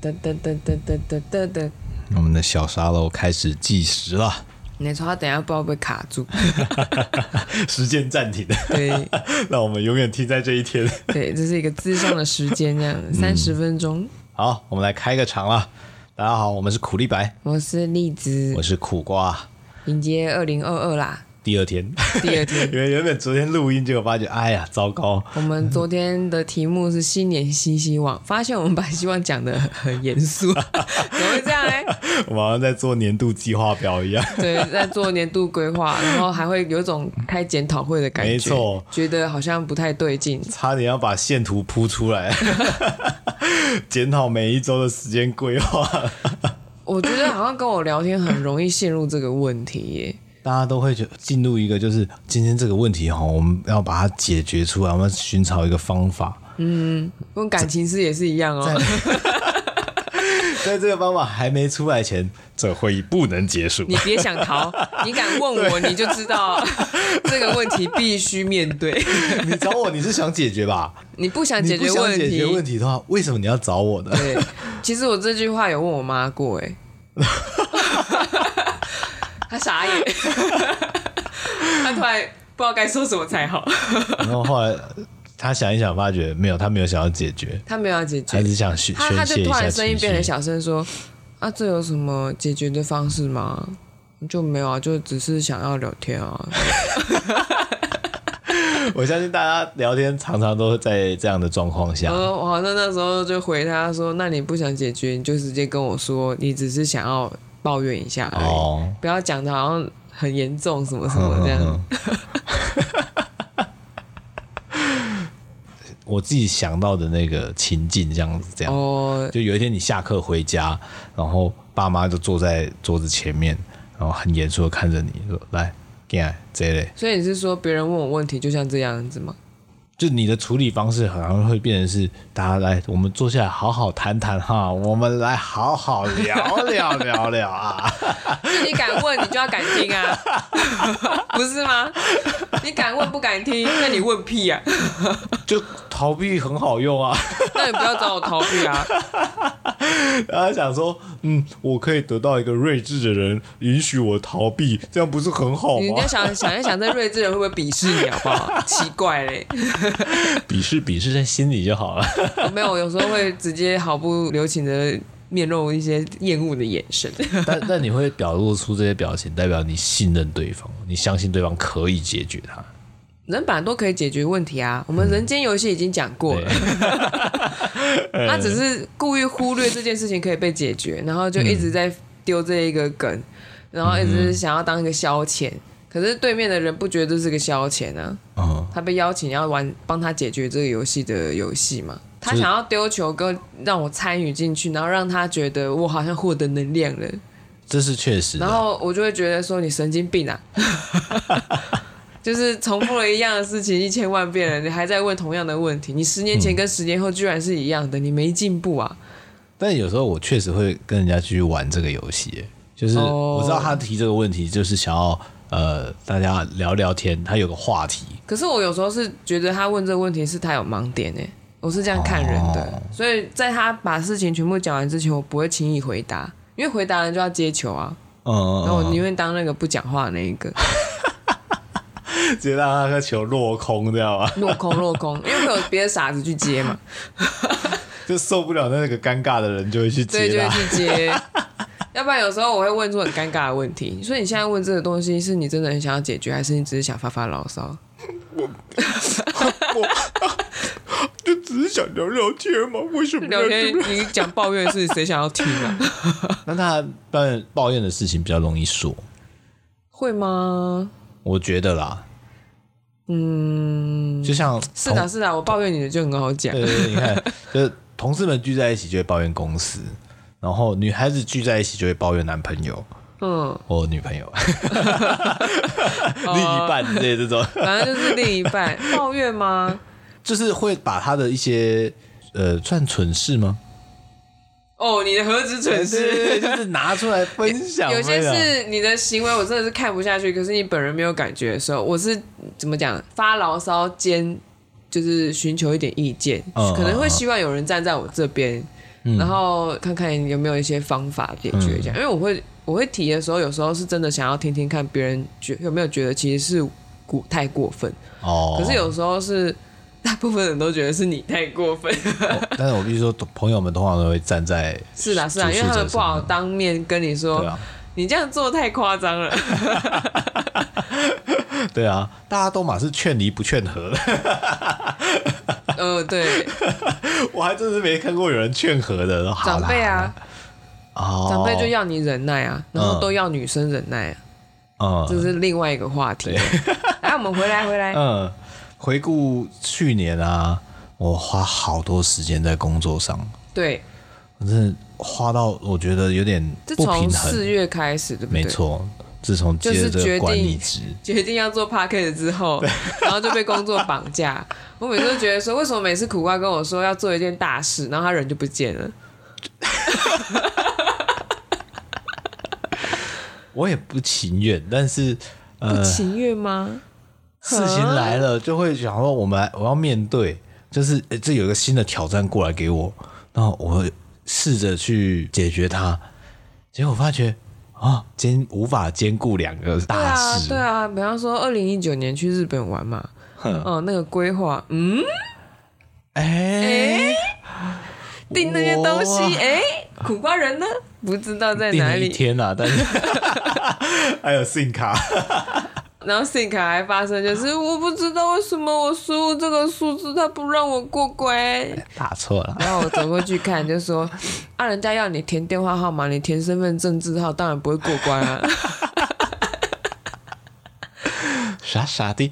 噔噔噔噔噔噔噔噔，我们的小沙漏开始计时了， 没错，他等一下不知道会不会卡住。时间暂停， 对让我们永远停在这一天。对，这是一个智商的时间，这样三十分钟。好，我们来开个场了。大家好，我们是苦力白，我是栗子我，是苦瓜。迎接二零二二 啦，第二天， 第二因天。为原本昨天录音，结果发觉，哎呀，糟糕，我们昨天的题目是新年新希望，发现我们把希望讲的很严 肃，怎么会这样哎？我们好像在做年度计划表一样。 对，在做年度规划，然后还会有一种开检讨会的感觉，没错，觉得好像不太对劲。差点要把线图铺出来， 检讨每一周的时间规划，我觉得好像跟我聊天很容易陷入这个问题耶。大家都会觉得进入一个就是今天这个问题哈，我们要把它解决出来，我们要寻找一个方法。跟感情事也是一样哦。 在这个方法还没出来前，这会议不能结束你。别想逃，你敢问我，你就知道这个问题必须面对。你找我，你是想解决吧？你不想 你解不决想问解决问题，题的话，为什么你要找我呢？对。其实我这句话有问我妈过，哎，她傻眼，她突然不知道该说什么才好。然后后来他想一想，发觉没有，他没有想要解决，她没有要解决他，只想宣她她宣就泄一突下然声音情变得绪。小声说：“啊，这有什么解决的方式吗？”就没有啊，就只是想要聊天啊。 我相信大家聊天常常都在这样的状况下然，后我好像哦那时候就回他说：“那你不想解决，你就直接跟我说，你只是想要抱怨一下而已，哦不要讲的好像很严重什么什么这样。嗯我自己想到的那个情境，这样子，这样。哦，就有一天你下课回家，然后爸妈就坐在桌子前面，然后很严肃的看着你说：“来，进来这类。所以你是说别人问我问题就像这样子吗？” 就你的处理方式好像会变成是，大家来，我们坐下来好好谈谈哈，我们来好好聊聊聊聊啊。就你敢问，你就要敢听啊， 不是吗？你敢问不敢听，那你问屁啊！就逃避很好用啊，那你不要找我逃避啊！然后想说，嗯，我可以得到一个睿智的人允许我逃避，这样不是很好你要吗？想想一想，这睿智人会不会鄙视你，好不好？奇怪嘞。鄙视鄙视在心里就好了。没有，有时候会直接毫不留情的面露一些厌恶的眼神。但但你会表露出这些表情，代表你信任对方，你相信对方可以解决它。人本来都可以解决问题啊，我们人间游戏已经讲过 了，嗯他只是故意忽略这件事情可以被解决，然后就一直在丢这一个梗，然后一直想要当一个消遣。可是对面的人不觉得这是个消遣啊，嗯，他被邀请要玩帮他解决这个游戏的游戏嘛，他想要丢球跟让我参与进去，然后让他觉得我好像获得能量了。这是确实然的。后我就会觉得说你神经病啊， 就是重复了一样的事情一千万遍了，你还在问同样的问题，你十年前跟十年后居然是一样的，你没进步啊！但有时候我确实会跟人家继续玩这个游戏耶，就是哦我知道他提这个问题，就是想要呃大家聊聊天，他有个话题。可是我有时候是觉得他问这个问题是他有盲点哎、我是这样看人的，哦所以在他把事情全部讲完之前，我不会轻易回答，因为回答人就要接球啊，嗯嗯然后我嗯，宁愿当那个不讲话的那一个，直接让他的球落空，这样吧？落空落空，因为会有别的傻子去接嘛。 就受不了那个尴尬的人就会去对，就接会他。去接。 要不然有时候我会问出很尴尬的问题，所以你现在问这个东西，是你真的很想要解决，还是你只是想发发牢骚？就只是想聊聊天嘛，为什么聊天你讲抱怨的事，谁想要听啊？那他抱怨抱怨的事情比较容易说， 会吗？我觉得啦。嗯，就像是的，是的，我抱怨你的就很好讲。对对对，你看，就是同事们聚在一起就会抱怨公司，然后女孩子聚在一起就会抱怨男朋友嗯，或女朋友、哦另一半之类的这种，反正就是另一 半抱怨吗？就是会把他的一些呃算蠢事吗？哦，你的何止 蠢事？对，对对就是拿出来分享。有些分享是你的行为，我真的是看不下去，可是你本人没有感觉的时候，我是怎么讲？发牢骚兼就是寻求一点意见，嗯可能嗯会嗯希望有人站在我这边，然后看看有没有一些方法解决这样。因为我会我会提的时候，有时候是真的想要听听看别人觉有没有觉得其实是过太过分，哦，可是有时候是大部分人都觉得是你太过分。哦，但是我必须说，朋友们通常都会站在是啦是啦，主因事为他者们身不好上当面跟你说，对啊，你这样做太夸张了。 对啊，大家都嘛是劝离不劝和，呃，对，我还真是没看过有人劝和的。好啦长辈啊，，好啦哦，长辈就要你忍耐啊，然后嗯都要女生忍耐啊，这嗯是另外一个话题。 来，我们回来回来，嗯，回顾去年啊，我花好多时间在工作上，对，我真的花到我觉得有点这不从平四衡。月开始，对不对？没错，自从就接是了这决个管定理职，决定要做 p a c k a g e 之后， 然后就被工作绑架。我每次都觉得说，为什么每次苦瓜跟我说要做一件大事，然后他人就不见了？我也不情愿，但是不呃，情愿吗？事情来了就会想说，我们来我要面对，就是诶这有一个新的挑战过来给我，然后我试着去解决它，结果发觉啊，兼无法兼顾两个对大啊，事，对啊，比方说二零一九年去日本玩嘛，哼哦、那个规划，嗯，哎、订那些东西，哇哎、苦瓜人呢？不知道在定哪了一里。天啊，但是 还有信卡，然后 Think 还发生就是我不知道为什么我输入这个数字，他不让我过关。打错了，然后我走过去看，就说 啊，人家要你填电话号码，你填身份证字号，当然不会过关啊。傻傻的，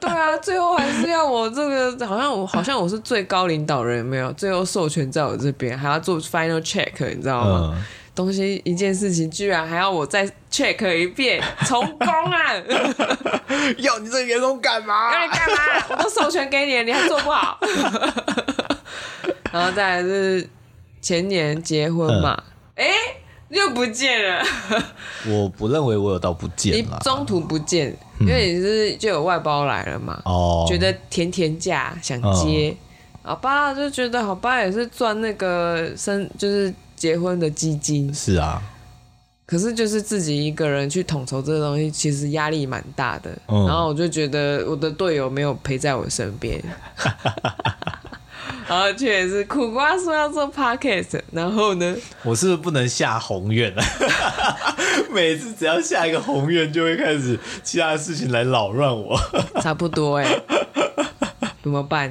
对啊，最后还是要我这个，好像我好像我是最高领导人，有没有？最后授权在我这边，还要做 final check，你知道吗？ 嗯，东西一件事情居然还要我再 check 一遍，重工啊！要你这个员工干嘛？要你干嘛？我都授权给你了，你还做不好。然后再来是前年结婚嘛，哎、又不见了，我不认为我有到不你见了，中途不见，因为你是就有外包来了嘛，哦，觉得甜甜价想接，好吧，就觉得好吧，也是赚那个生就是结婚的基金，是啊，可是就是自己一个人去统筹这个东西，其实压力蛮大的。嗯然后我就觉得我的队友没有陪在我身 边，然后却也是苦瓜说要做 podcast，然后呢，我是不是不能下宏愿啊？ 每次只要下一个宏愿，就会开始其他的事情来扰乱我， 差不多哎、怎么办？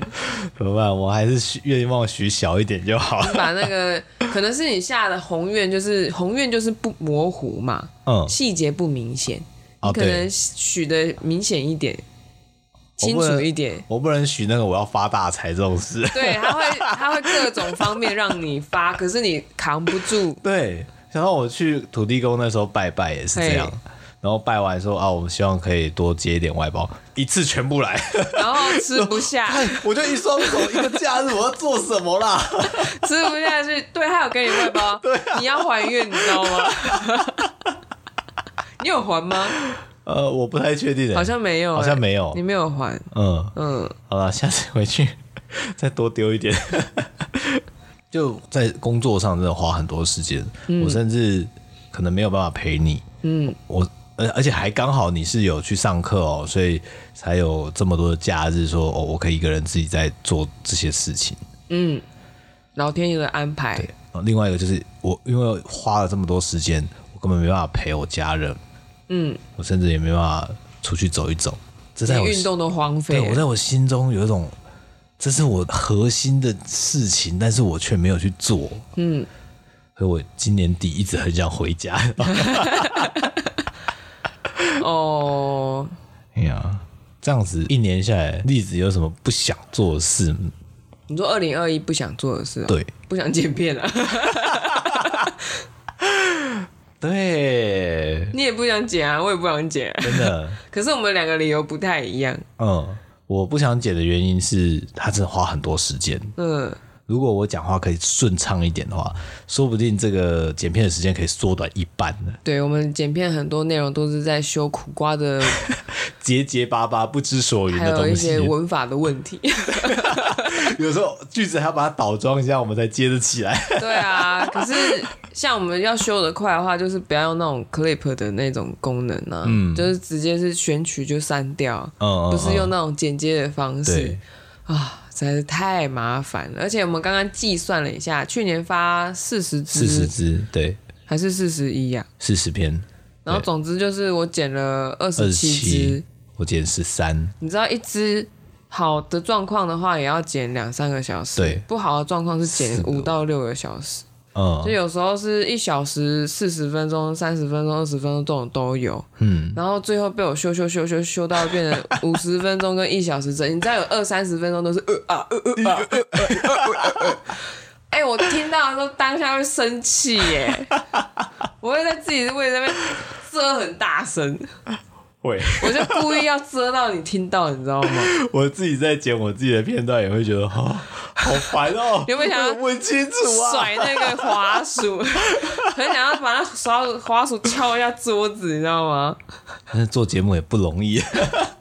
怎么办？我还是许愿望许小一点就好。把那个可能是你下的宏愿，就是宏愿就是不模糊嘛，嗯，细节不明显，哦你可能对，许的明显一点，我清不楚能一点。我不能许那个我要发大财这种事。 对，他会他会各种方面让你发，可是你扛不住。对，想到我去土地公那时候拜拜也是这样嘿，然后拜完说啊，我们希望可以多接一点外包，一次全部来。 然后吃不下，我就一双手一个假日，我要做什么啦？ 吃不下去。对，他有给你外包，啊你要还愿，你知道吗？ 你有还吗？呃，我不太确定、欸，好像没有、好像没有欸你没有还。嗯。嗯，好了，下次回去 再多丢一点。就在工作上真的花很多时间，我甚至可能没有办法陪你。嗯，我而而且还刚好你是有去上课哦，所以才有这么多的假日说哦，我可以一个人自己在做这些事情。老天爷的安排对，然后另外一个就是我因为花了这么多时间，我根本没办法陪我家人。嗯，我甚至也没办法出去走一走。这在连我运动都荒废对，我了。在我心中有一种，这是我核心的事情，但是我却没有去做。嗯，所以我今年底一直很想 回家。哦，哎呀，这样子一年下来，栗子有什么不想做的事吗？你说二零二一不想做的事、哦，，对不想剪片了、啊， 对，你也不想剪啊，我也不想剪、啊。真的，可是我们两个理由不太一样。嗯，我不想剪的原因是，它真的花很多时间。嗯，如果我讲话可以顺畅一点的话，说不定这个剪片的时间可以缩短一半呢。对我们剪片很多内容都是在修苦瓜 的，结结巴巴、不知所云还的有一东些西，文法的问 题。有时候句子还要把它倒装一下，我们才接得起来。对啊，可是像我们要修的快的话，就是不要用那种 clip 的那种功能啊，嗯就是直接是选取就删掉，嗯，嗯不是用嗯那种剪接的方式对，啊，实在是太麻烦了。而且我们刚刚计算了一下，去年发四十四支十支，对，还是四十一呀？啊四十篇，然后对总之就是我剪了二二十十七支七，，我剪十三，你知道一支好的状况的话，也要剪两三个小时，对不好的状况是剪是的五到六个小时。嗯就有时候是一小时四十分钟、三十分钟、二十分钟这种都有，嗯，然后最后被我修修修修修到变成 五十分钟跟一小时整，你再有二三十分钟都是呃啊呃呃啊呃呃呃呃呃呃，哎，我听到的时候当下会生气耶， 我会在自己的位置那边遮很大声，会， 我就故意要遮到你听到，你知道吗？我自己在剪我自己的片段，也会觉得哦，好烦 哦，有没有想要我问清楚啊？甩那个滑鼠，很想要把那滑鼠滑鼠敲一下桌子，你知道吗？但是做节目也不容易，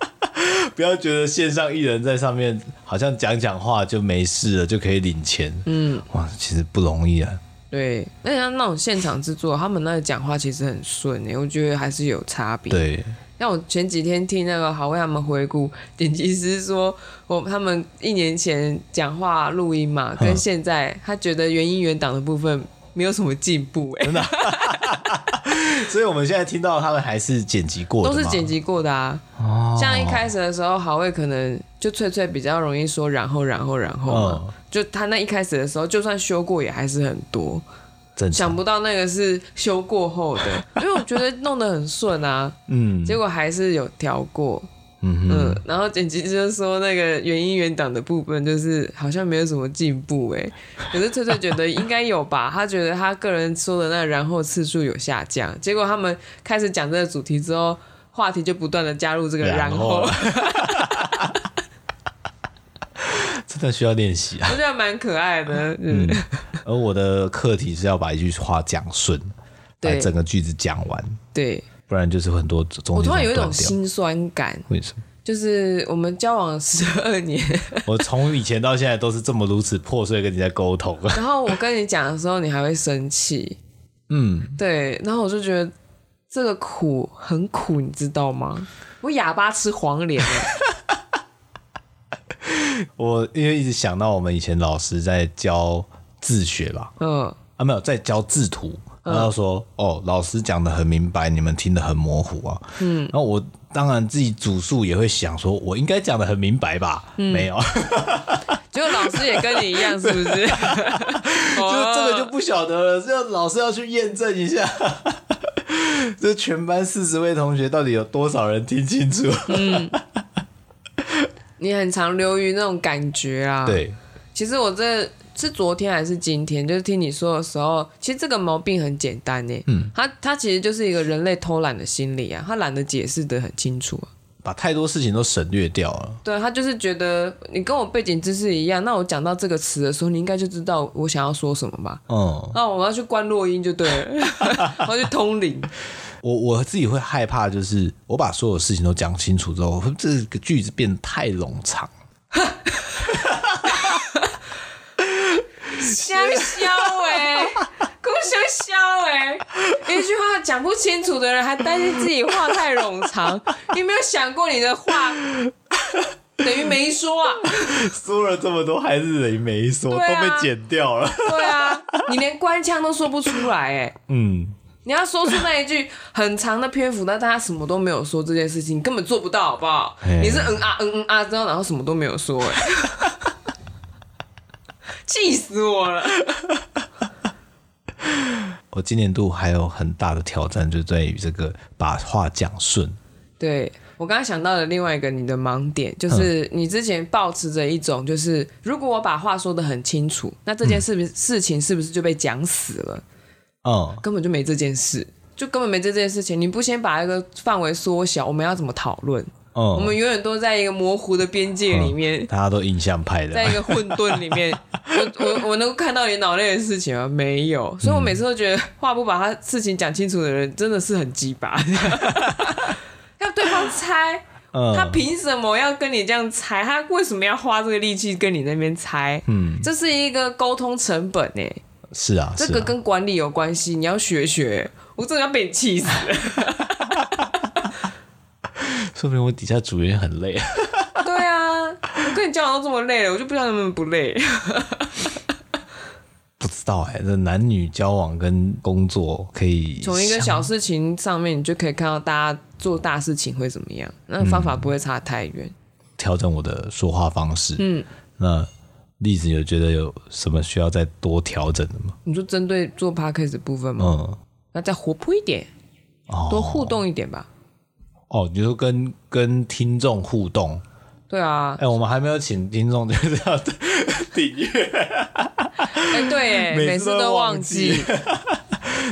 不要觉得线上艺人在上面好像讲讲话就没事了，就可以领钱，嗯，哇，其实不容易啊，对，那像那种现场制作，他们那个讲话其实很顺诶、我觉得还是有差别。对，像我前几天听那个好为他们回顾，剪辑师说，我他们一年前讲话录音嘛，跟嗯现在他觉得原音原档的部分没有什么进步欸诶、啊所以我们现在听到他们还是剪辑过的，都是剪，辑过的啊。哦，像一开始的时候，好味可能就翠翠比较容易说然后然后然后嘛，嗯就他那一开始的时候，就算修过也还是很多，嗯正想常，不到那个是修过后 的，因为我觉得弄得很顺啊。嗯结果还是有调过，嗯嗯嗯，然后剪辑就是说那个原音原档的部分，就是好像没有什么进步哎、可是翠翠觉得应该有吧， 她觉得她个人说的那个然后次数有下降，结果他们开始讲这个主题之后，话题就不断的加入这个然然后后，真的需要练习啊。我觉得蛮可爱的，嗯，而我的课题是要把一句话讲顺，把 对整个句子讲完，对不然就是很多中我间突然有一断种掉。心酸感，为什么？就是我们交往十二年。我从以前到现在都是这么如此破碎跟你在沟通。啊然后我跟你讲的时候，你还会生气，嗯，对，然后我就觉得这个苦很苦，你知道吗？我哑巴吃黄连欸， 我因为一直想到我们以前老师在教自学吧，嗯，啊，没有在教制图，然后说、哦，老师讲的很明白，你们听得很模糊啊。嗯，然后我当然自己主述也会想说，我应该讲的很明白吧？嗯没有，结果老师也跟你一样， 是不哦是？就是就是这这个就不晓得了，这老师要去验证一下。 这全班四十位同学到底有多少人听清楚？你很常流于那种感觉啊。， 对，其实我这是昨天还是今天，就是听你说的时候，其实这个毛病很简单呢。嗯，它它其实就是一个人类偷懒的心理啊，他懒得解释的很清楚啊。把太多事情都省略掉了。对他就是觉得你跟我背景知识一样，那我讲到这个词的时候，你应该就知道我想要说什么吧？嗯，那我要去关落音就对了， 我要去通灵。我我自己会害怕，就是我把所有事情都讲清楚之后，会这个句子变得太冗长。 香消哎，够香消哎！一句话讲不清楚的人，还担心自己话太冗 长，你有没有想过你的话等于没说啊？说了这么多，还是等没说，对啊都被剪掉了。对啊，你连官腔都说不出来哎、嗯，你要说出那一句很长的篇幅，但大家什么都没有说这件事情，你根本做不到，好不好？哎你是嗯啊嗯嗯啊之后，然后什么都没有说、哎， 气死我了！我今年度还有很大的挑战，就在于这个把话讲顺。对我刚刚想到的另外一个你的盲点，就是你之前抱持着一种，就是如果我把话说的很清楚，那这件事不是、事情是不是就被讲死了？嗯，根本就没这件事，就根本没这件事情。你不先把一个范围缩小，我们要怎么讨论？嗯我们永远都在一个模糊的边界里面，大家都印象派的在一个混沌里 面，我我我能够看到你脑内的事情吗？没有，所以我每次都觉得话不把他事情讲清楚的人真的是很鸡 巴，要对方猜，嗯他凭什么要跟你这样猜？他为什么要花这个力气跟你那边猜？嗯，这是一个沟通成本诶、是啊，这是个啊跟管理有关系，你要学学。我真的要被你气 死了。说明我底下组员很累。 对啊，我跟你交往都这么累了，我就不知道你们不累。不知道哎、这男女交往跟工作可以从一个相小事情上面，你就可以看到大家做大事情会怎么样，那方法不会差太远。调整我的说话方式。嗯，那例子有觉得有什么需要再多调整的吗？你就针对做 podcast 的部分嘛，嗯，那再活泼一点，哦多互动一点吧。哦，你说跟跟听众互动，对啊哎、，我们还没有请听众就是要订阅， 哎、对耶，每每次次都都忘忘记记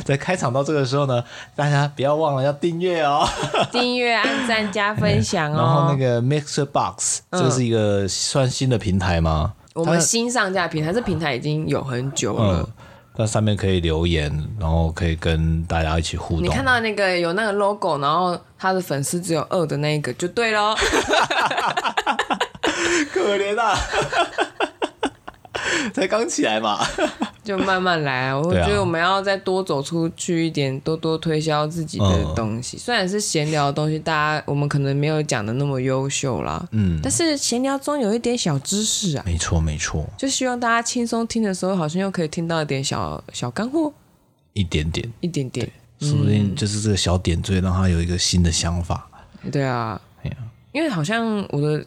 在开场到这个时候呢，大家不要忘了要订阅哦。 订阅、按赞、加分享哎然后那哦。嗯个 Mixer Box 这是一个算新的平台吗？我们新上架的平台，这平台已经有很久了嗯。，那上面可以留言，然后可以跟大家一起互你动看。到那个有那个 logo，然后他的粉丝只有二的那一个就对喽。可怜啊， 才刚起来嘛。就慢慢来啊！我对啊觉得我们要再多走出去一点，多多推销自己的嗯东西。虽然是闲聊的东西，大家我们可能没有讲的那么优秀啦，嗯，但是闲聊中有一点小知识啊，没错没错，就希望大家轻松听的时候，好像又可以听到一点小小干货，一点点，一点点。说不定就是这个小点缀，让他有一个新的想法。对啊，哎呀，因为好像我的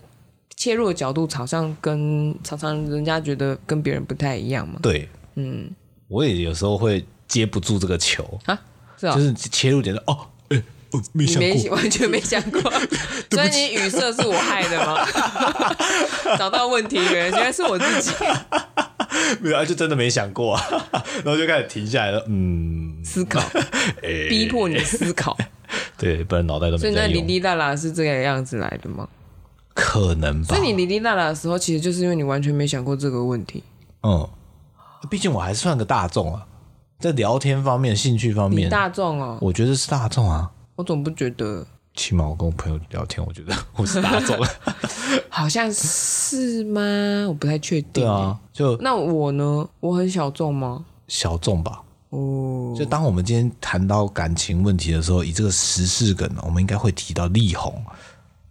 切入的角度好像跟常常人家觉得跟别人不太一样嘛。对，嗯，我也有时候会接不住这个球，啊，是啊、就是切入点的哦，哎、我没你想过，没完全没想过，所以你语塞是我害的吗？ 找到问题源，原来是我自己， 没有，啊就真的没想过、 啊，然后就开始停下来了。嗯，思 考，逼迫你思考。对，不然脑袋都所以没那在哩哎用，哩啦啦是这个样子来的吗？可能吧所以。你哩哩啦啦的时候，其实就是因为你完全没想过这个问题。嗯，毕竟我还算个大众啊，在聊天方面、兴趣方你面，大众哦，我觉得是大众啊。我总不觉得起码我跟我朋友聊天，我觉得我是大 众。好像是吗？我不太确定。对，啊，就那我呢？我很小众吗？小众吧。哦，就当我们今天谈到感情问题的时候，以这个时事梗，我们应该会提到力宏，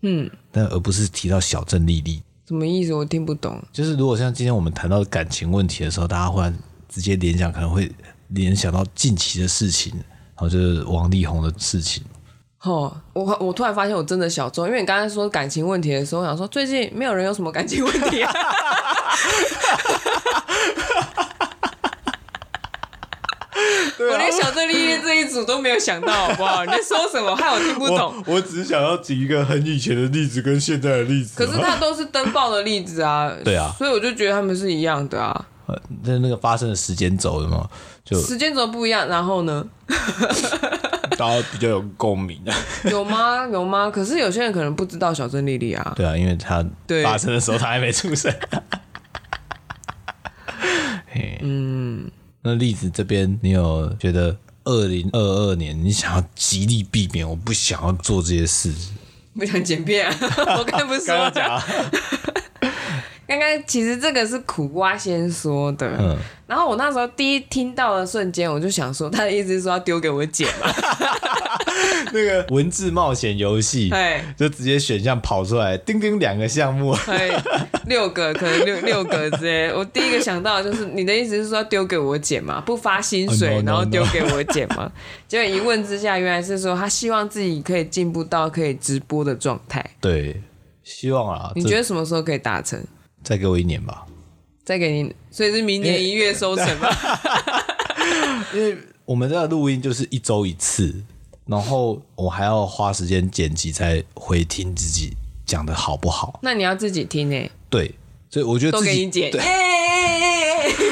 嗯，但而不是提到小郑丽丽。什么意思？我听不懂。就是如果像今天我们谈到感情问题的时候，大家忽然直接联想，可能会联想到近期的事情，然后就是王力宏的事情。哦，我我突然发现我真的小众，因为你刚才说感情问题的时候，我想说最近没有人有什么感情问题啊。我连小镇丽丽这一组都没有想到，好不好？你在说什么？害我听不懂。我只是想要举一个很以前的例子跟现在的例子可是它都是登报的例子啊，对啊所以我就觉得他们是一样的啊，呃，那那个发生的时间轴有没有？就时间轴不一样。然后呢，大家比较有共鸣啊。有吗？有吗？可是有些人可能不知道小镇丽丽啊， 对啊，因为他对发生的时候他还没 出生。嗯，那栗子这边，你有觉得二零二二年你想要极力避免，我不想要做这些事？不想简便、啊。 我刚才不是说了啊， 刚刚其实这个是苦瓜先说的，嗯然后我那时候第一听到的瞬间，我就想说，他的意思是说要丢给我姐 嘛？那个文字冒险游戏，哎就直接选项跑出来，叮叮两个项目，哎，六个可能六六个之类。我第一个想到的就是你的意思是说要丢给我姐嘛？不发薪水， Oh, no, no, 然后丢给我姐嘛？结果一问之下，原来是说他希望自己可以进步到可以直播的状态。对，希望啊，你这觉得什么时候可以达成？再给我一年吧，再给你，所以是明年一月收成嘛？因为我们这个录音就是一周一次，然后我还要花时间剪辑，再回听自己讲的好不好。那你要自己听诶、对，所以我觉得都自己给你姐。哎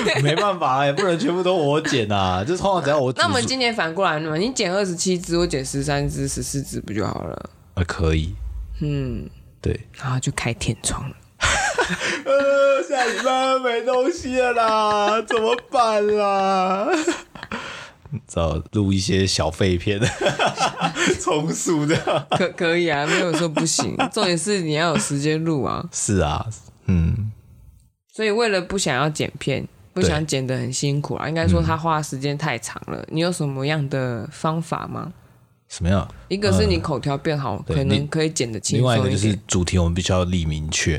对，耶没办法，也不能全部都我剪啊， 就通常只要我那我们组织今年反过来嘛，你减二十七只，我减十三只、十四只不就好了？呃可以，嗯，对，然后就开天窗了。呃，下礼拜没东西了 啦，怎么办啦？找录一些小废片， 重塑的。可可以啊，没有说不 行。重点是你要有时间录啊。是啊，嗯，所以为了不想要剪片，不想剪得很辛苦啊，应该说嗯他花时间太长了。你有什么样的方法吗？什么样？一个是你口条变好，呃对可能你可以剪得轻另外一松个就一是点。主题，我们必须要立明确，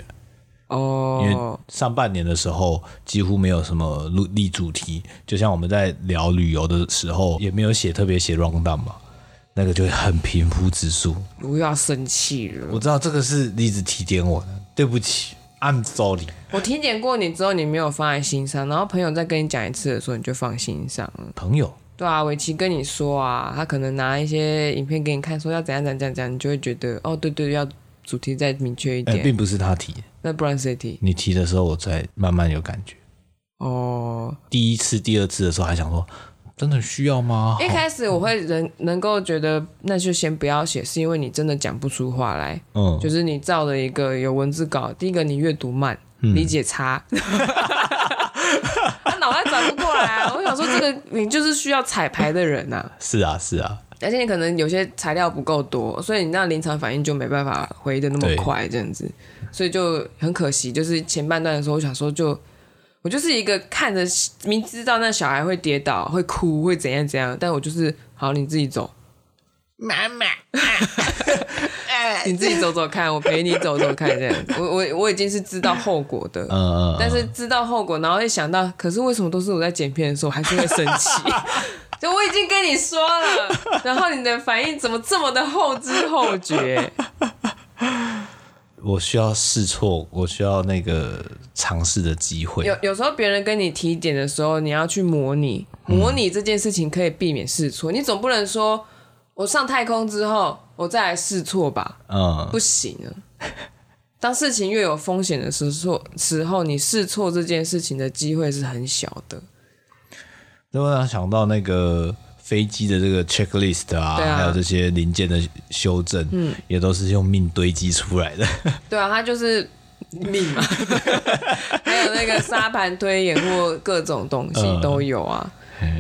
因为哦，上半年的时候几乎没有什么录立主题，就像我们在聊旅游的时候，也没有写特别写 round down 嘛，那个就很平铺直述。不要生气了。我知道这个是栗子提点我的，对不起，I'm sorry。我体检过你之后，你没有放在心上，然后朋友再跟你讲一次的时候，你就放心上了。朋友，对啊，伟奇跟你说啊，他可能拿一些影片给你看，说要怎样怎样怎样怎样，你就会觉得哦，对对，要主题再明确一哎、点。并不是他提，那不然谁提？你提的时候我才慢慢有感觉。哦，第一次、第二次的时候还想说，真的需要吗？一好开始我会能能够觉得那就先不要写，是因为你真的讲不出话来，嗯，就是你照了一个有文字稿，第一个你阅读慢，理解差。嗯 他脑袋转不过来啊！我想说，这个你就是需要彩排的人呐、啊，是啊，是啊，而且你可能有些材料不够多，所以你那临场反应就没办法回的那么对快，这样子，所以就很可惜。就是前半段的时候，我想说就。我就是一个看着明知道那小孩会跌倒、会哭、会怎样怎样，但我就是好，你自己走，妈妈，啊 你自己走走看，我陪你走走看，这样。我我我已经是知道后果的，嗯嗯，嗯但是知道后果，然后一想到，可是为什么都是我在剪片的时候，我还是会生 气？就我已经跟你说了，然后你的反应怎么这么的后知后觉？我需要试错，我需要那个尝试的机会。有有时候别人跟你提点的时候，你要去模拟，嗯模拟这件事情可以避免试错。你总不能说我上太空之后，我再来试错吧？嗯，不行啊！当事情越有风险的时候，时候你试错这件事情的机会是很小的。那我想想到那个飞机的这个 checklist 啊，对啊还有这些零件的修正，嗯，也都是用命堆积出 来的。对啊，他就是命嘛， 还有那个沙盘推演或各种东嗯西都有啊。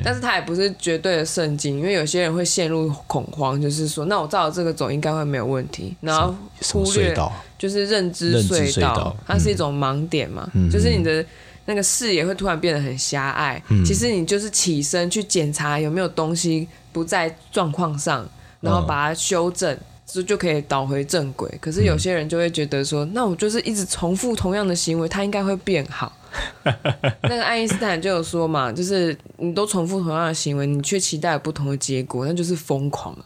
但是他也不是绝对的圣经，因为有些人会陷入恐慌，就是说，那我照着这个走应该会没有问题，然后什忽么隧略道？就是认知认知隧隧道嗯它是一种盲点嘛，就是你的那个视野会突然变得很狭隘。嗯其实你就是起身去检查有没有东西不在状况上，然嗯后把它修正。就就可以倒回正轨，可是有些人就会觉得嗯说，那我就是一直重复同样的行为，它应该会变 好。那个爱因斯坦就有说嘛，就是你都重复同样的行为，你却期待有不同的结果，那就是疯狂啊。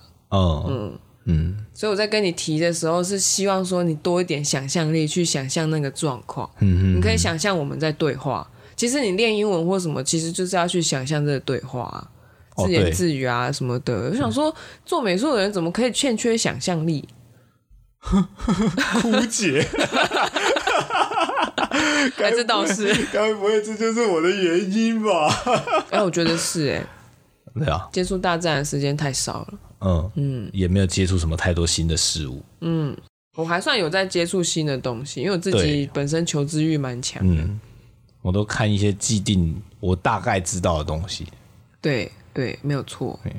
嗯嗯所以我在跟你提的时候，是希望说你多一点想象力去想象那个状况。嗯你可以想象我们在对话。其实你练英文或什么，其实就是要去想象这个对话、啊，哦自言对自语啊什么的。我想说，做美术的人怎么可以欠缺想象力？嗯，枯竭， 哎，这倒是， 该不会这就是我的原因吧？哎，我觉得是哎、对啊，接触大自然的时间太少了。嗯嗯，也没有接触什么太多新的事物。我还算有在接触新的东西，因为我自对己本身求知欲蛮强的。嗯，我都看一些既定我大概知道的东西。对对，没有错对。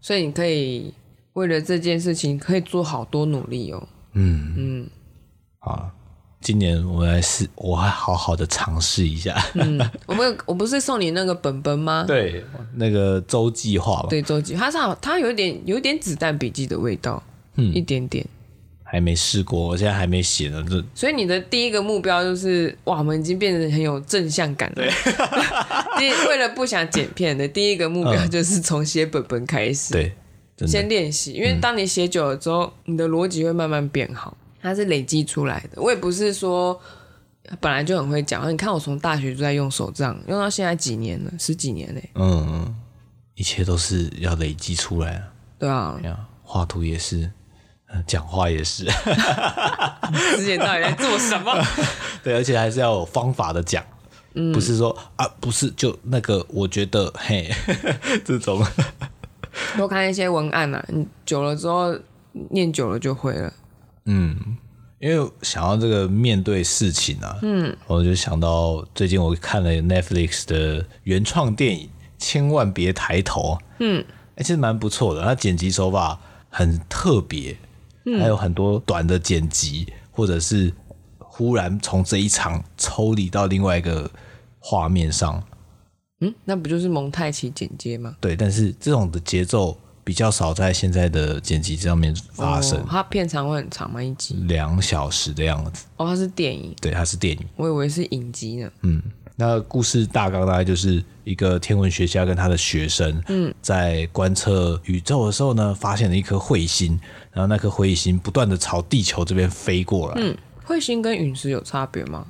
所以你可以为了这件事情，可以做好多努力哦。嗯嗯，好了，今年我来试，我还好好的尝试一下。我们有我不是送你那个本本 吗？对，那个周计划吧，对，周记，它是好，它有一点有一点子弹笔记的味道，一嗯，点点。还没试过，我现在还没写呢。这所以你的第一个目标就是，哇，我们已经变得很有正向感了。 第为了不想剪片的第一个目标嗯就是从写本本开始。对，真先的，嗯练习，因为当你写久了之后，你的逻辑会慢慢变好，它是累积出来的。我也不是说本来就很会讲，你看我从大学就在用手账，用到现在几年了，十几年嘞、嗯嗯，一切都是要累积出来啊。对啊哎，呀，画图也是，呃讲话也是， 之前到底在做什么？对，而且还是要有方法的讲。嗯不是说啊，不是就那个，我觉得嘿， 这种多看一些文案啊，你久了之后念久了就会了。嗯，因为想要这个面对事情啊，嗯，我就想到最近我看了 Netflix 的原创电影《千万别抬头》，嗯，哎、其实蛮不错的，它剪辑手法很特别，还有很多短的剪辑，或者是忽然从这一场抽离到另外一个画面上，嗯，那不就是蒙太奇剪接吗？对，但是这种的节奏比较少在现在的剪辑上面发生哦，它片长会很长吗？一集？两、小时的样子。哦，它是电影，对，它是电影。我以为是影集呢。嗯，那故事大纲大概就是一个天文学家跟他的学生，嗯，在观测宇宙的时候呢，发现了一颗彗星，然后那颗彗星不断的朝地球这边飞过来，嗯，彗星跟陨石有差别吗？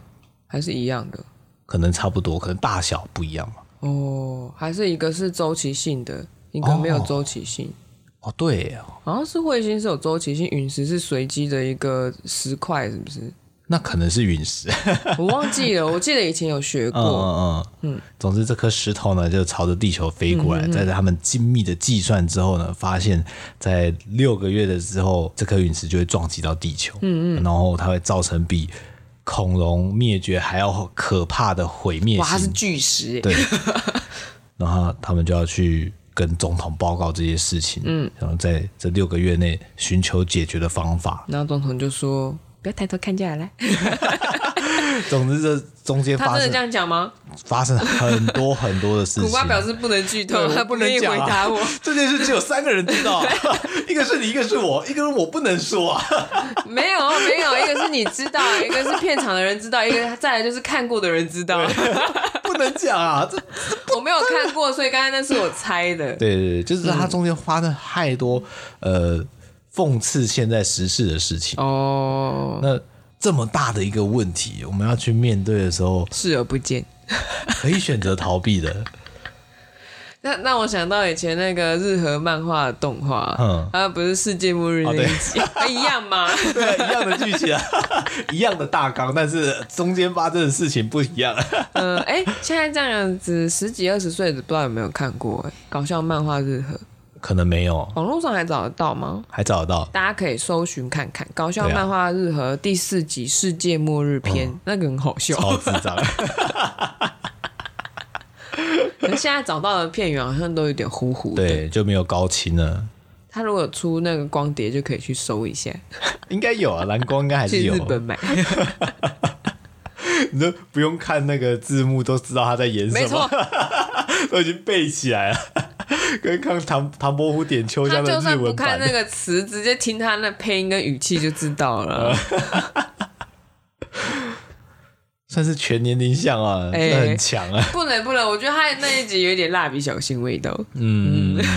还是一样的？可能差不多，可能大小不一样嘛。哦，还是一个是周期性的，一个没有周期性。哦，对耶哦，好像是彗星是有周期性，陨石是随机的一个石块，是不 是？那可能是陨石。我忘记了，我记得以前有学嗯过。嗯嗯，总之这颗石头呢，就朝着地球飞过嗯来，在他们精密的计算之后呢，发现，在六个月的之后，这颗陨石就会撞击到地球，嗯嗯，然后它会造成比恐龙灭绝还要可怕的毁灭哇，它是性，巨石耶！对，然后他们就要去。跟总统报告这些事情，嗯，然后在这六个月内寻求解决的方法。然后总统就说：“不要抬头看下来。总之，这中”间他发真的生这样讲吗？发生很多很多的事情。啊古巴表示不能剧对透，我他不能愿意讲回啊答我。 这件事只有三个人 知道，啊一个是你，一个是我，一个是我不能说啊。没有啊没有，一个是你知道，啊 一个是片场的人知道，一个再来就是看过的人知道。不能讲啊。这 我没有看过，所以刚才那是我猜的。对对对，就是它中间发生太多呃讽刺现在时事的事情。哦，那这么大的一个问题，我们要去面对的时候，视而不见。可以选择逃避的。那那我想到以前那个日和漫画的动画，嗯哦它不是世界末日那一集， 一样 吗？ 对啊，一样的剧情啊，一样的大纲，但是中间发生的事情不一样。啊嗯，哎、现在这样子，十几二十岁的不知道有没有看过、哎，搞笑漫画日和，可能没有，网络上还找得到吗？还找得到。大家可以搜寻看看《搞笑对啊嗯漫画日和》第四集《世界末日篇》那个很好笑。超智 障，可 是现在找到的片源好像都有点糊糊的。对，就没有高清了。他如果有出那个光碟，就可以去搜一下，应该有啊，蓝光应该还是去有。日本 买。你都不用看那个字幕都知道他在演没什错么，，都已经背起来了。 跟看唐唐伯虎点秋他香的就算日不文看版，那个词，直接听他那配音跟语气就知道呃了。算是全年龄向啊，哎那很强啊。不能不能，我觉得他那一集有点蜡笔小新味道。嗯。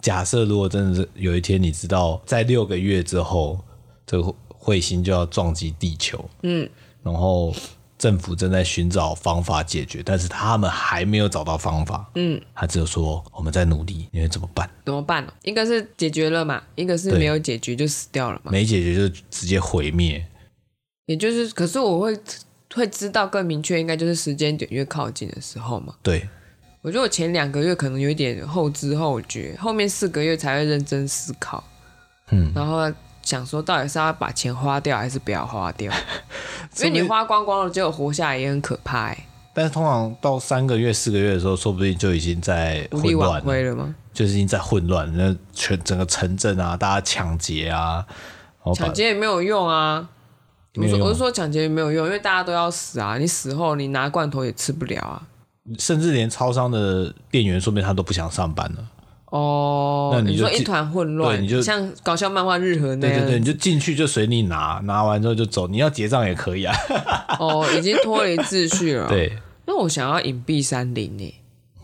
假设如果真的是有一天你知道，在六个月之后，这个彗星就要撞击地球，嗯，然后政府正在寻找方法解决，但是他们还没有找到方法，嗯，他只有说我们在努力，你会怎么办？怎么办呢、哦一个是解决了嘛，一个是对没有解决就死掉了嘛。没解决就直接毁灭。也就是，可是我会会知道更明确，应该就是时间点越靠近的时候嘛。对，我觉得我前两个月可能有一点后知后觉，后面四个月才会认真思考，嗯，然后想说到底是要把钱花掉还是不要花 掉，因为说不你定花光光了，结果活下来也很可怕、欸，但是通常到三个月、四个月的时候，说不定就已经在无混力挽乱啊回了，了吗？就是已经在混乱，那全整个城镇啊，大家抢劫啊，然后把抢劫也没有用啊。我没有说，用我是说抢劫也没有用，因为大家都要死啊！你死后你拿罐头也吃不了啊。甚至连超商的店员，说不定他都不想上班了。哦，那你就说进一团混乱，对你就像搞笑漫画日和那对样，对对，你就进去就随你拿，拿完之后就走，你要结账也可以啊。哦，已经脱离秩序了。， 对，那我想要隐蔽山林呢，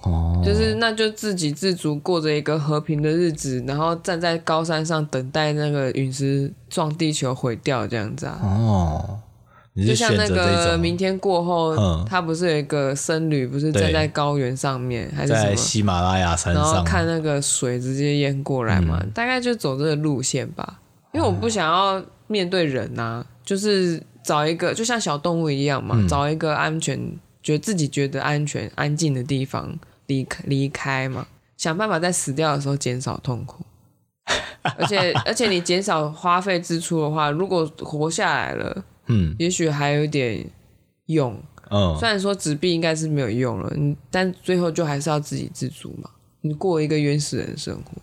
哦，就是那就自给自足，过着一个和平的日子，然后站在高山上等待那个陨石撞地球毁掉这样子啊。哦，你就是像选那择个这明种天过后，嗯他不是有一个僧侣，不是对站在高原上面还是什在么？喜马拉雅山然后上，看那个水直接淹过来嘛，大概就走这个路线吧。因为我不想要面对人呐、就是找一个就像小动物一样嘛，找一个安全，觉得自己觉得安全、安静的地方离开离开嘛，想办法在死掉的时候减少痛苦。而且而且你减少花费支出的话，如果活下来了，嗯也许还有点用。嗯虽然说纸币应该是没有用了，你但最后就还是要自给自足嘛。你过一个原始人生活，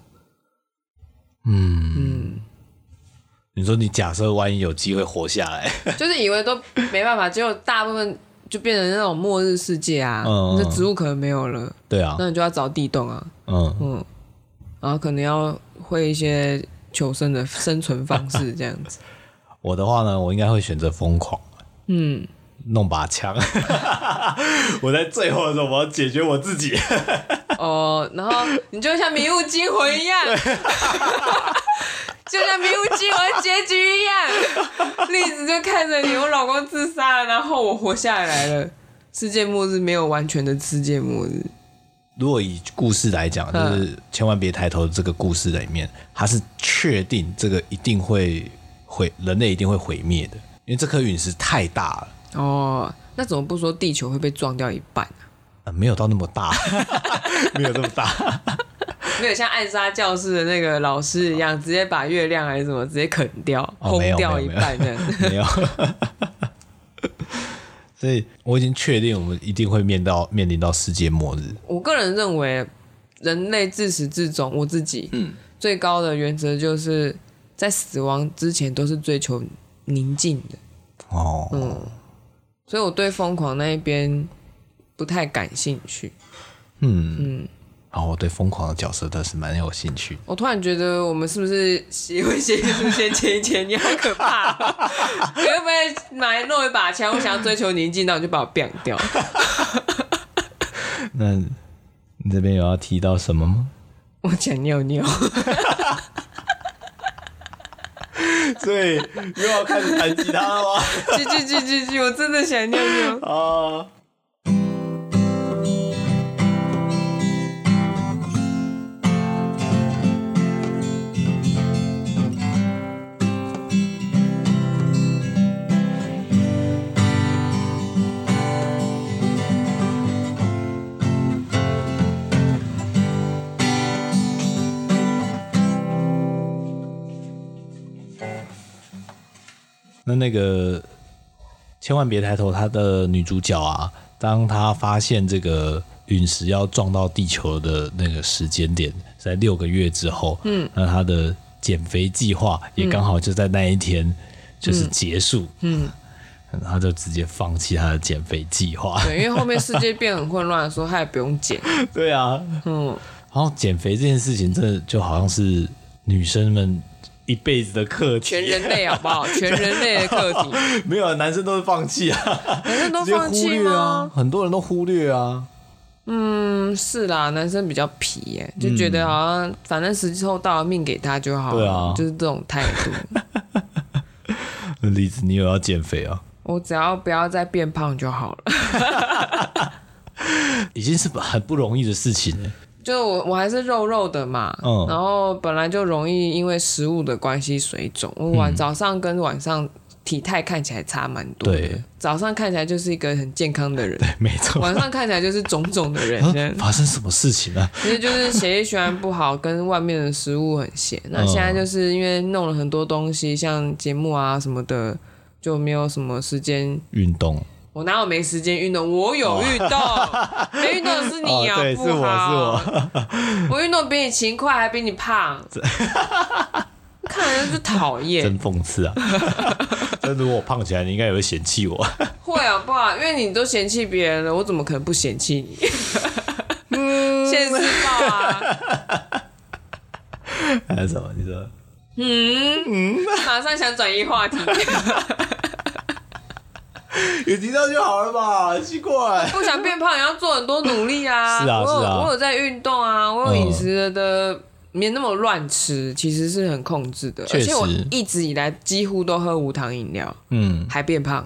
嗯你说你假设万一有机会活下来，嗯就是以为都没办法，结果大部分就变成那种末日世界啊，嗯那植物可能没有了，对啊，那你就要找地洞啊，嗯，嗯，然后可能要会一些求生的生存方式这样子，我的话呢，我应该会选择疯狂，嗯，弄把枪， 我在最后的时候我要解决我自己，哦，然后你就像《迷雾惊魂》一样，就像《迷雾惊魂》结局一样，栗子就看着你，我老公自杀了，然后我活下来了。世界末日没有完全的世界末日，如果以故事来讲，就嗯是千万别抬头。这个故事里面，它是确定这个一定会毁，人类一定会毁灭的，因为这颗陨石太大了，哦，那怎么不说地球会被撞掉一半、啊？呃、没有到那么大， 没有这么大。 没有像暗杀教室的那个老师一样，直接把月亮还是什么直接啃掉、哦轰没有掉没有一没有半这样。没有。 所以我已经确定，我们一定会面到面临到世界末日。我个人认为，人类自始至终，我自己最高的原则就是在死亡之前都是追求宁静的，哦，所以我对疯狂那一边不太感兴趣。嗯嗯。然后我对疯狂的角色倒是蛮有兴趣的。我突然觉得我们是不是协会协议书先签一签？你好可怕、哦！你会不会买弄一把枪？我想要追求宁静，那我就把我 毙掉。那你这边有要提到什么吗？我想尿尿，对，又要开始弹吉他了吗？去去去去去！我真的想尿尿。 啊。那那个千万别抬头，她的女主角啊，当她发现这个陨石要撞到地球的那个时间点是在六个月之后，嗯，那她的减肥计划也刚好就在那一天就是结束，嗯，她就直接放弃她的减肥计划。对，因为后面世界变很混乱的时候，他也不用剪。 对啊，嗯，然后减肥这件事情，真的就好像是女生们一辈子的课题，全人类好不 好？全人类的课 题， 没有啊男生都是放弃啊，男生都直接放忽弃略啊吗？，很多人都忽略啊。嗯，是啦，男生比较皮耶、就觉得好像反正时候到了，命给他就好了，对啊就是这种态 度。栗呃子，你有要减肥啊？我只要不要再变胖就好了。已经是很不容易的事情了。就我我还是肉肉的嘛，嗯然后本来就容易因为食物的关系水肿，我嗯晚、早上跟晚上体态看起来差蛮多的对，早上看起来就是一个很健康的人， 没错。晚上看起来就是肿肿的人啊， 这样发生什么事情啊了、其实就是血液循环不好，跟外面的食物很咸。那嗯现在就是因为弄了很多东西，像节目啊什么的，就没有什么时间。运动我哪有没时间运动？我有运动， 没运动的是你啊，哦哦对不是我好。我运动比你勤快，还比你 胖，看人就讨厌。真讽刺 啊！但如果我胖起来，你应该也会嫌弃我。 会啊，不好，因为你都嫌弃别人了，我怎么可能不嫌弃你？ 嗯现世报啊，还有什么？你说马上想转移话题。有提到就好了吧？奇怪，不想变胖也要做很多努力啊。 是我啊有是啊我有在运动啊，我有嗯饮食的没那么乱吃，其实是很控制的。确而实且我一直以来几乎都喝无糖饮料，嗯，还变胖，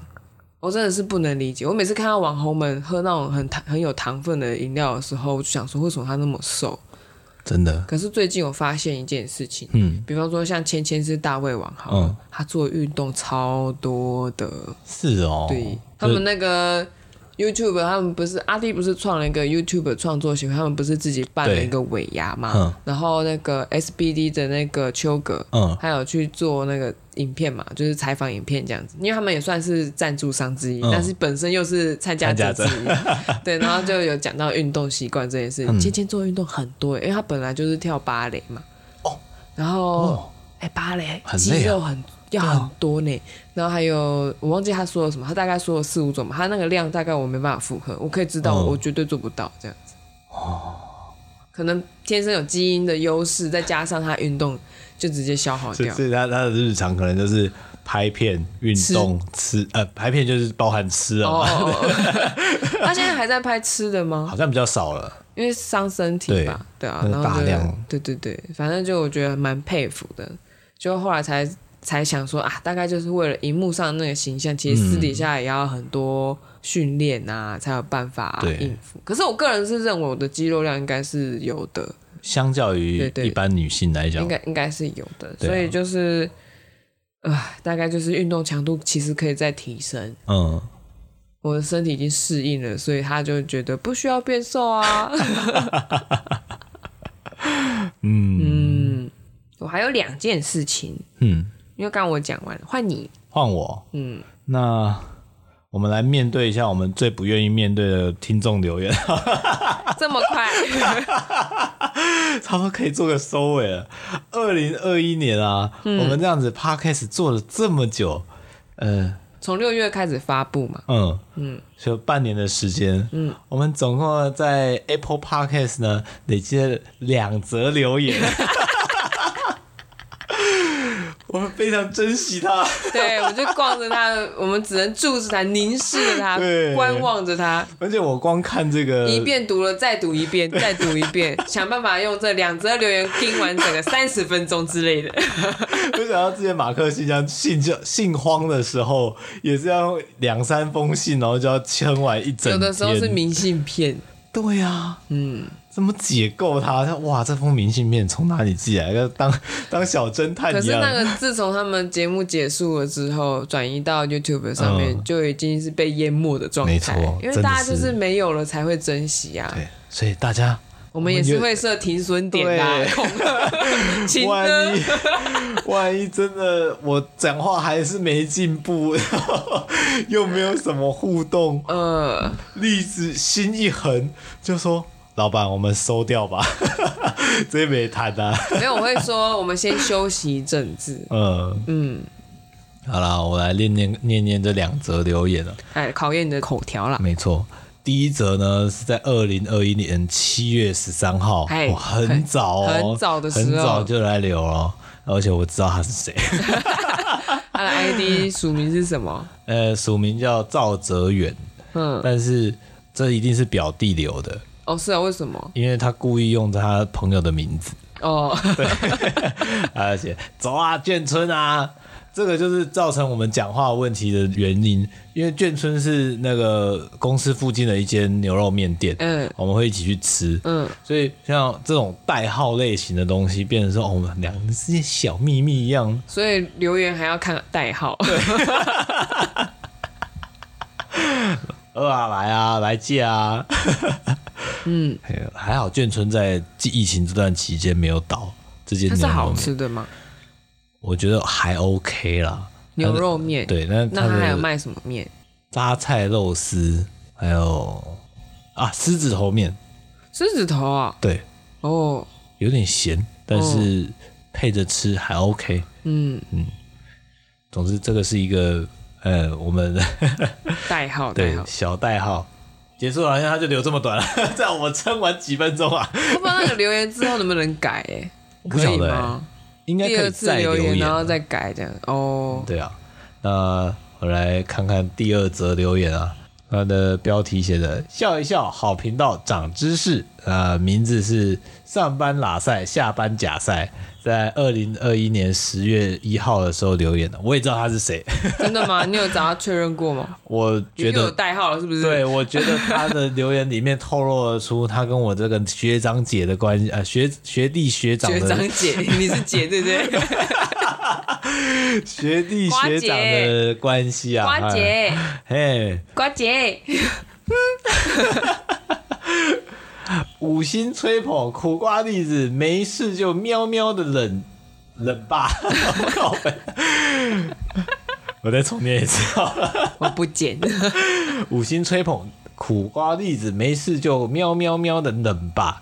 我真的是不能理解。我每次看到网红们喝那种很糖很有糖分的饮料的时候，我就想说为什么他那么瘦？真的，可是最近我发现一件事情。嗯，比方说，像芊芊是大胃王好了，嗯他做运动超多的，是哦，对就他们那个 YouTube 他们不是阿弟不是创了一个 YouTube 创作协会，他们不是自己办了一个尾牙嘛？嗯然后那个 SBD 的那个秋格，嗯还有去做那个影片嘛，就是采访影片这样子，因为他们也算是赞助商之一，嗯但是本身又是参加者参之加嗯一， 对，然后就有讲到运动习惯这件事情。芊芊做运动很多，欸因为她本来就是跳芭蕾嘛，哦，然后哦哎、芭蕾很累啊肌肉哦很要对啊很多呢，然后还有我忘记他说了什么，他大概说了四五种嘛，他那个量大概我没办法负荷，我可以知道嗯我绝对做不到这样子。哦，可能天生有基因的优势，再加上他运动就直接消耗所以掉。所以他他的日常可能就是拍片、运动、吃呃拍片就是包含吃啊哦嘛，哦哦，他现在还在拍吃的吗？好像比较少了。因为伤身体吧，对啊，那然后就大量对对对，反正就我觉得蛮佩服的，就后来才才想说啊，大概就是为了荧幕上那个形象，其实私底下也要很多训练啊，才有办法对应付。可是我个人是认为我的肌肉量应该是有的，相较于对对一般女性来讲应，该应该是有的，对啊所以就是。啊，大概就是运动强度其实可以再提升，嗯，我的身体已经适应了，所以他就觉得不需要变瘦 啊。 嗯我还有两件事情，嗯，因为刚刚我讲完了，换你。换我，嗯，那我们来面对一下我们最不愿意面对的听众留言， 这么快，差不多可以做个收尾了。二零二一年啊，嗯我们这样子 podcast 做了这么久，呃，从六月开始发布嘛，嗯嗯，就半年的时间，嗯，我们总共在 Apple Podcast 呢累积了两则 留言，我们非常珍惜它。对我就逛着它，我们只能注视它，凝视着它，对呃观望着它，而且我光看这个一遍读了再读一遍，再读一遍，想办法用这两则留言听完整个三十分钟之类的。我想到之前马克信箱信就信荒的时候，也是要用两三封信，然后就要签完一整天。有的时候是明信片，对呀、嗯，怎么解构它？它哇，这封明信片从哪里寄来？要当当小侦探可一是样。那个自从他们节目结束了之后，转移到 YouTube 上面，嗯就已经是被淹没的状没态错，因为真的大家是就是没有了才会珍惜啊。对，所以大家我们也是会设停损点啊啦， 对恐情万呢一 万一真的我讲话还是没进步，然后又没有什么互动，呃，栗子心一横就说：“老板，我们收掉吧， 这没谈啊。没有，我会说我们先休息一阵子”。嗯嗯，好啦，我来念念念念这两则留言了。哎，考验你的口条啦。没错，第一则呢是在二零二一年七月十三号，哎哇，很早哦，很早的时候很早就来留了，而且我知道他是谁。他的 ID 署名是什么？呃，署名叫赵哲远，嗯，但是这一定是表弟留的，哦，是啊，为什么？因为他故意用他朋友的名 字，哦，而且走啊，眷村啊，这个就是造成我们讲话问题的原因，因为眷村是那个公司附近的一间牛肉面店，嗯我们会一起去吃，嗯，所以像这种代号类型的东西，变成说、哦我们两个是小秘密一样，所以留言还要看代号。 饿啊，来啊，来借啊。嗯， 还好眷村在疫情这段期间没有倒，这间它牛是肉好面吃的吗？我觉得还 OK 啦。牛肉面。它的。呃对，那那它它还有的卖什么面？榨菜肉丝，还有啊狮子头面，狮子头啊。对，哦，有点咸，但是配着吃还 OK。嗯，总之，这个是一个呃，我们代号代对号。小代号。结束了，因为它就留这么短了， 在我们撑完几分钟啊，他不知道那个留言之后能不能改？哎， 不可晓以得吗？应该第可二以次再留言，言然啊后再改这样。哦，对啊，那我来看看第二则留言啊，它的标题写的“笑一笑，好频道长知识”，呃，名字是上班拉塞，下班假塞，在二零二一年十月一号的时候留言的，我也知道他是谁，真的吗？你有找他确认过吗？我 觉又有得。代号了是不是？对，我觉得他的留言里面透露了出他跟我这个学长姐的关系，呃，学学弟学长学的长姐，你是姐对不对？ 学弟瓜学长姐的关系啊，瓜姐，哎，嘿，瓜姐，五星吹捧苦瓜栗子，没事就喵喵的冷冷 霸，靠北我再重念一次好了。我不剪， 五星吹捧苦瓜栗子，没事就喵喵喵的冷吧。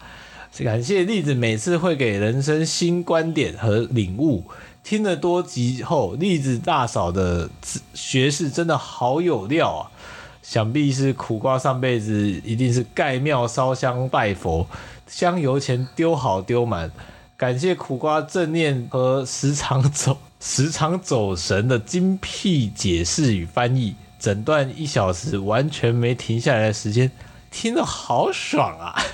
感谢栗子每次会给人生新观点和领悟。听了多集后，栗子大嫂的自学识真的好有料啊！想必是苦瓜上辈子一定是盖庙烧香拜佛，香油钱丢好丢满。感谢苦瓜正念和时常走 时常走神的精辟解释与翻译，整段一小时完全没停下来的时间，听得好爽啊！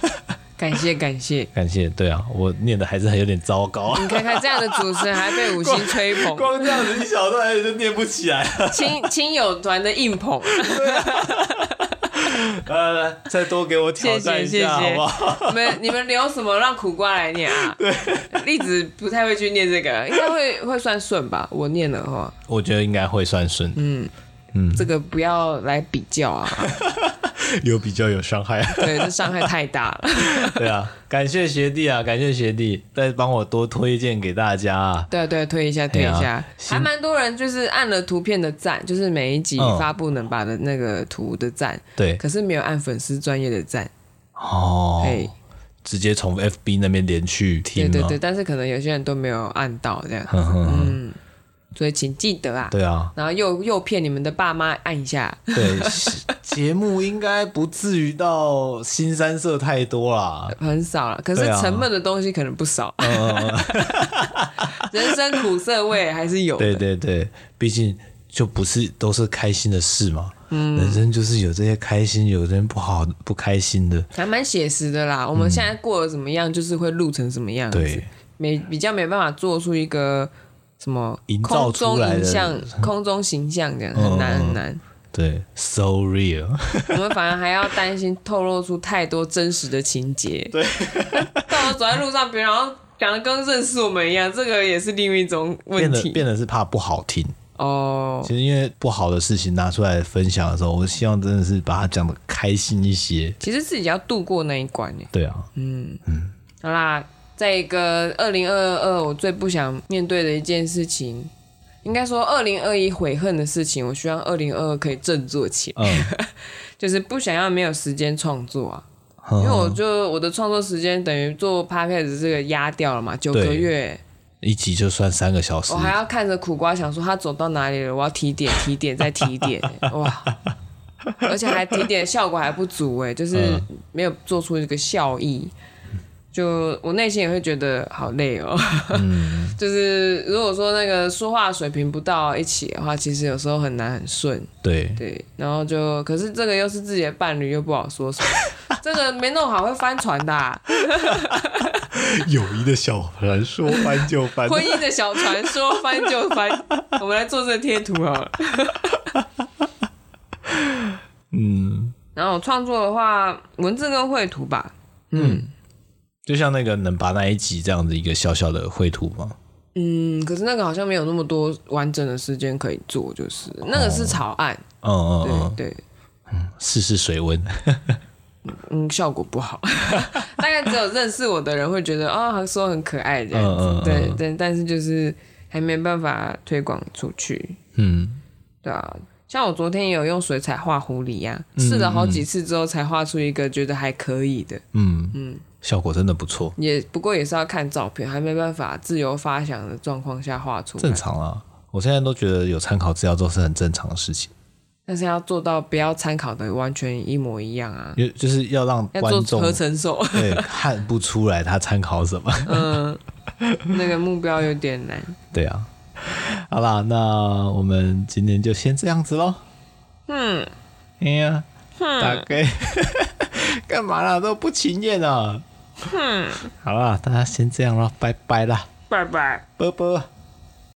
感谢感谢。感谢，对啊，我念的还是很有点糟糕啊你看看这样的主持人还被五星吹捧， 光这样子一小段就念不起来 了。亲亲友团的硬捧，呃，再多给我挑谢战谢一谢谢下好不好？。你们你们留什么让苦瓜来念啊？对，栗子不太会去念这个，应该会会算顺吧？我念了哈， 我觉得应该会算顺，这个不要来比较啊，有比较有伤害。啊 对，这伤害太大了。对啊，感谢学弟啊，感谢学弟，再帮我多推荐给大家啊。 对对，推一下，推一对下啊，还蛮多人就是按了图片的赞，就是每一集嗯发布能把的那个图的赞，对，可是没有按粉丝专业的赞，哦，嘿，直接从 FB 那边连去听对吗？对对，但是可能有些人都没有按到这样，嗯哼哼哼所以请记得啊，对啊，然后诱诱骗你们的爸妈按一下，对， 是节目应该不至于到新三色太 多啦。很少了，可是对啊沉闷的东西可能不少，嗯， 人生苦涩味还是有哦对的。对对，毕竟就不是都是开心的事嘛。嗯，人生就是有这些开心，有这些不好不开心的。还蛮写实的啦，我们现在过得怎么样，就是会录成什么样子，对，没比较没办法做出一个什么营造空出中来的影像、空中形象这样，嗯很难嗯很难。对，so real。我们反而还要担心透露出太多真实的情节。对， 到时候走在路上，别人好像讲的跟认识我们一样，这个也是另一种变问得题变得是怕不好听。哦。其实因为不好的事情拿出来分享的时候，我希望真的是把它讲的开心一些。其实自己要度过那一关耶。对啊，好啦，在一个二零二二，我最不想面对的一件事情，应该说二零二一悔恨的事情，我希望二零二二可以振作起来，嗯， 就是不想要没有时间创作啊。因为哦我就我的创作时间等于做 podcast 这个压掉了嘛，九个对月， 一集就算三个小时我，还要看着苦瓜想说他走到哪里了，我要提点提点再提点，欸哇！而且还提点效果还不足哎，就是没有做出一个效益，就我内心也会觉得好累哦。 就是如果说那个说话水平不到一起的话，其实有时候很难很顺，对，对，然后就可是这个又是自己的伴侣，又不好说什么，这个没弄好会翻船的啊、 友谊的小船说翻就翻 婚姻的小船说翻就翻，我们来做这个贴图好了。 嗯，然后我创作的话，文字跟绘图吧，就像那个能把那一集这样子一个小小的绘图嘛，嗯，可是那个好像没有那么多完整的时间可以做，就是那个是草案，嗯嗯对、嗯，对，试试水温，嗯，效果不 好，大概只有认识我的人会觉得哦，说很可爱这样子，嗯嗯嗯对，但但是就是还没办法推广出去，嗯，对啊。像我昨天也有用水彩画狐狸呀、嗯试了好几次之后才画出一个觉得还可以的，嗯嗯，效果真的不错，也不过也是要看照片，还没办法自由发想的状况下画出来。正常啦。我现在都觉得有参考资料都是很正常的事情，但是要做到不要参考的完全一模一样啊，因为就是要让要观做众合成手，对看不出来他参考什么。嗯，那个目标有点难。 对啊，好啦，那我们今天就先这样子喽。嗯，哎呀，大概 干嘛啦？都不情愿啊。好啦，大家先这样咯，拜拜啦，拜拜。啵啵。